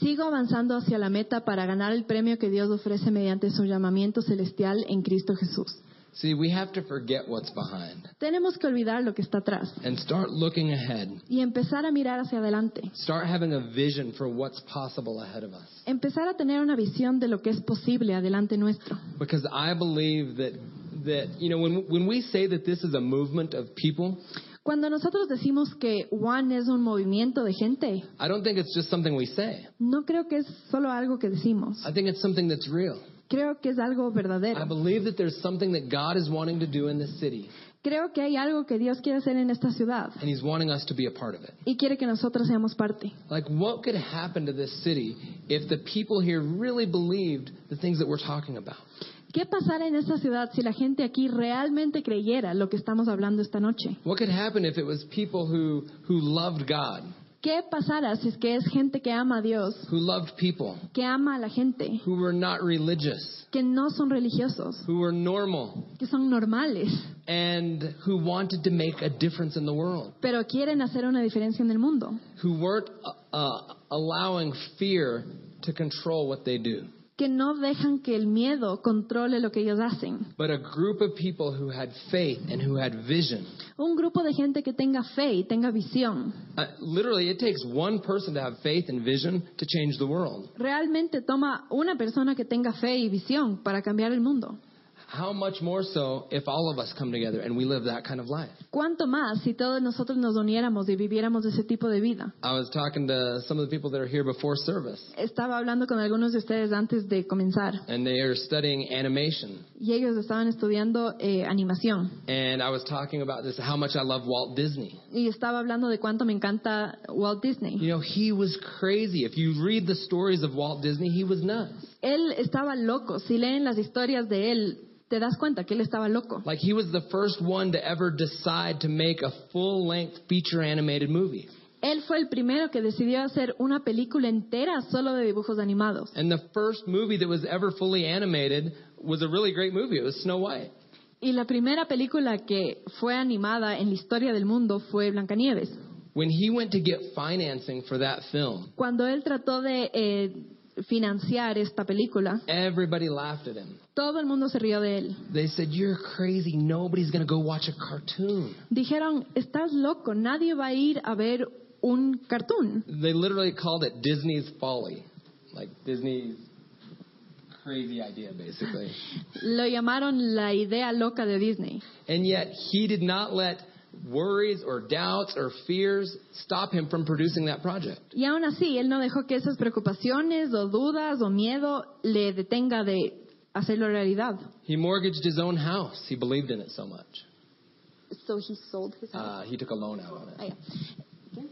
B: Sigo avanzando hacia la meta para ganar el premio que Dios ofrece mediante su llamamiento celestial en Cristo Jesús.
A: See, we have to forget what's behind
B: Tenemos que olvidar lo que está atrás
A: and start looking ahead.
B: y empezar a mirar hacia adelante.
A: Start having a vision for what's possible ahead of us.
B: Empezar a tener una visión de lo que es posible adelante nuestro.
A: Because I believe that, that you know, when, when we say that this is a movement of people,
B: Cuando nosotros decimos que One es un movimiento de gente,
A: I don't think it's just something we say.
B: no creo que es solo algo que decimos.
A: I think it's something that's real.
B: Creo que es algo
A: I
B: verdadero.
A: believe that there's something that God is wanting to do in this city,
B: Creo que hay algo que Dios quiere hacer en esta ciudad
A: and He's wanting us to be a part of it.
B: y quiere que nosotros seamos parte.
A: Like, what could happen to this city if the people here really believed the things that we're talking about?
B: ¿Qué pasara en esta ciudad si la gente aquí realmente creyera lo que estamos hablando esta noche?
A: What could happen if it was people who, who loved God,
B: ¿Qué pasara si es que es gente que ama a Dios,
A: who loved people,
B: que ama a la gente,
A: who were not religious,
B: que no son religiosos,
A: who were normal,
B: que son normales,
A: and who wanted to make a difference in the world,
B: pero quieren hacer una diferencia en el mundo?
A: who weren't uh, uh, allowing fear to control what they do,
B: Que no dejan que el miedo controle lo que ellos hacen.
A: but a group of people who had faith and who had vision.
B: Un grupo de gente que tenga fe y tenga visión.
A: Uh, literally, it takes one person to have faith and vision to change the world.
B: Realmente toma una persona que tenga fe y visión para cambiar el mundo.
A: How much more so if all of us come together and we live that kind of life?
B: ¿Cuánto más si todos nosotros nos uniéramos y viviéramos ese tipo de vida?
A: I was talking to some of the people that are here before service,
B: Estaba hablando con algunos de ustedes antes de comenzar
A: and they are studying animation.
B: y ellos estaban estudiando eh, animación
A: And I was talking about this how much I love Walt Disney.
B: y estaba hablando de cuánto me encanta Walt Disney.
A: You know, he was crazy. If you read the stories of Walt Disney, he was nuts.
B: Él estaba loco, si leen las historias de él te das cuenta que él estaba loco.
A: Like, he was the first one to ever decide to make a full length feature animated movie.
B: Él fue el primero que decidió hacer una película entera solo de dibujos animados.
A: And the first movie that was ever fully animated was a really great movie. It was Snow White.
B: Y la primera película que fue animada en la historia del mundo fue Blancanieves.
A: When he went to get financing for that film,
B: Cuando él trató de eh, financiar esta película,
A: everybody laughed at him.
B: todo el mundo se rió de él.
A: They said, You're crazy. Nobody's going to go watch a cartoon.
B: Dijeron, estás loco, nadie va a ir a ver un cartoon.
A: They literally called it Disney's folly. Like Disney's crazy idea, basically.
B: Lo llamaron la idea loca de Disney.
A: and yet, he did not let worries or doubts or fears stop him from producing that project.
B: Y aún así, él no dejó que esas preocupaciones o dudas o miedo le detenga de hacerlo realidad.
A: He mortgaged his own house. He believed in it so much.
B: So he sold his house.
A: Uh, he took a loan out on it.
B: Ah, ya.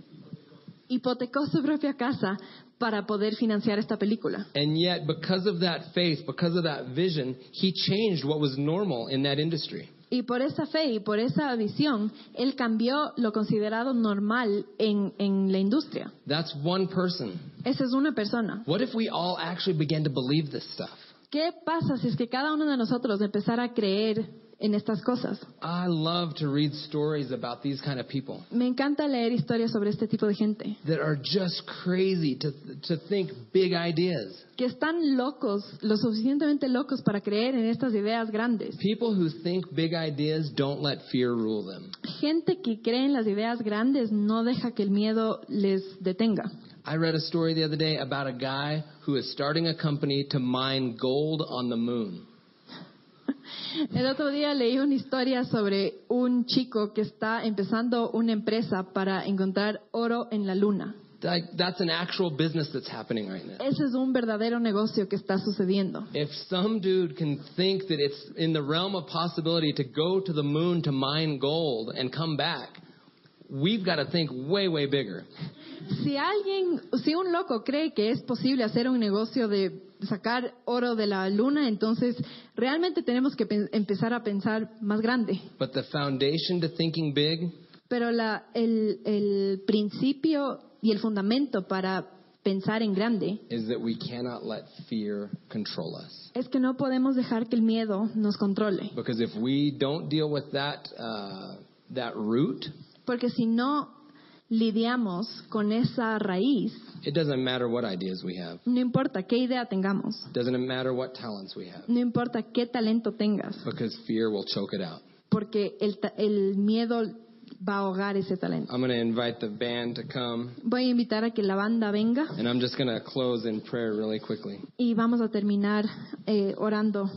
B: Hipotecó su propia casa para poder financiar esta película.
A: And yet, because of that faith, because of that vision, he changed what was normal in that industry.
B: Y por esa fe y por esa visión, él cambió lo considerado normal en, en la industria.
A: That's one person.
B: Esa es una persona.
A: What if we all actually began to believe this stuff?
B: ¿Qué pasa si es que cada uno de nosotros empezara a creer en estas cosas?
A: I love to read stories about these kind of people
B: Me encanta leer historias sobre este tipo de gente,
A: that are just crazy to, to think big ideas.
B: que están locos, lo suficientemente locos para creer en estas ideas grandes.
A: People who think big ideas don't let fear rule them.
B: Gente que cree en las ideas grandes no deja que el miedo les detenga.
A: I read a story the other day about a guy who is starting a company to mine gold on the moon.
B: El otro día leí una historia sobre un chico que está empezando una empresa para encontrar oro en la luna.
A: Like, that's an actual business that's happening right now.
B: Ese es un verdadero negocio que está sucediendo.
A: If some dude can think that it's in the realm of possibility to go to the moon to mine gold and come back, we've got to think way, way bigger.
B: Si alguien, si un loco cree que es posible hacer un negocio de sacar oro de la luna, entonces realmente tenemos que pen- empezar a pensar más grande.
A: But the foundation to thinking big
B: Pero la- el, el principio y el fundamento para pensar en grande
A: is that we cannot let fear control us.
B: es que no podemos dejar que el miedo nos controle.
A: Because if we don't deal with that, uh, that root,
B: Porque si no lidiamos con esa raíz,
A: it doesn't matter what ideas we have.
B: no importa qué idea tengamos,
A: Doesn't matter what talents we have.
B: no importa qué talento tengas,
A: Because fear will choke it out.
B: porque el, ta- el miedo va a ahogar ese talento.
A: I'm going to invite the band to come.
B: Voy a invitar a que la banda venga
A: And I'm just going to close in prayer really quickly.
B: y vamos a terminar eh, orando.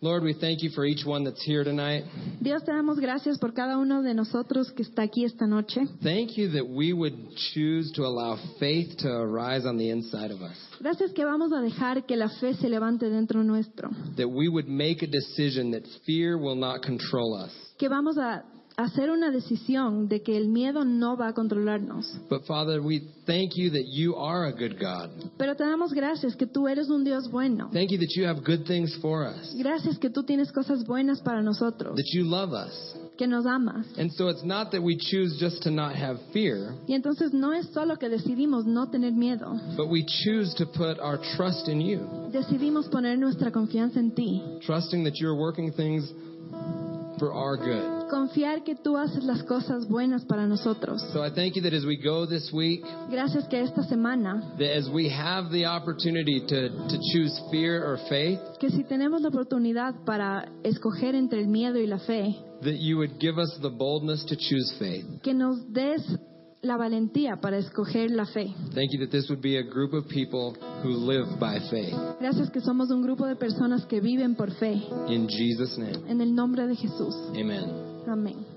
A: Lord, we thank you for each one that's here tonight.
B: Dios, te damos gracias por cada uno de nosotros que está aquí esta noche.
A: Thank you that we would choose to allow faith to arise on the inside of us.
B: Gracias que vamos a dejar que la fe se levante dentro nuestro,
A: That we would make a decision that fear will not control us.
B: que vamos a hacer una decisión de que el miedo no va a controlarnos.
A: But Father, we thank you that you are a good God.
B: Pero te damos gracias que tú eres un Dios bueno.
A: Thank you that you have good things for us,
B: Gracias que tú tienes cosas buenas para nosotros,
A: that you love us.
B: que nos amas.
A: And so it's not that we choose just to not have fear,
B: Y entonces no es solo que decidimos no tener miedo,
A: but we choose to put our trust in you,
B: decidimos poner nuestra confianza en ti,
A: trusting that you're working things for our good.
B: confiar que tú haces las cosas buenas para nosotros.
A: So I thank you that as we go this week,
B: Gracias que esta semana,
A: that as we have the opportunity to, to choose fear or faith,
B: que si tenemos la oportunidad para escoger entre el miedo y la fe,
A: that you would give us the boldness to choose faith.
B: que nos des la valentía para escoger la fe.
A: Thank you that this would be a group of people who live by faith.
B: Gracias que somos un grupo de personas que viven por fe,
A: In Jesus' name,
B: en el nombre de Jesús.
A: amen.
B: Amén.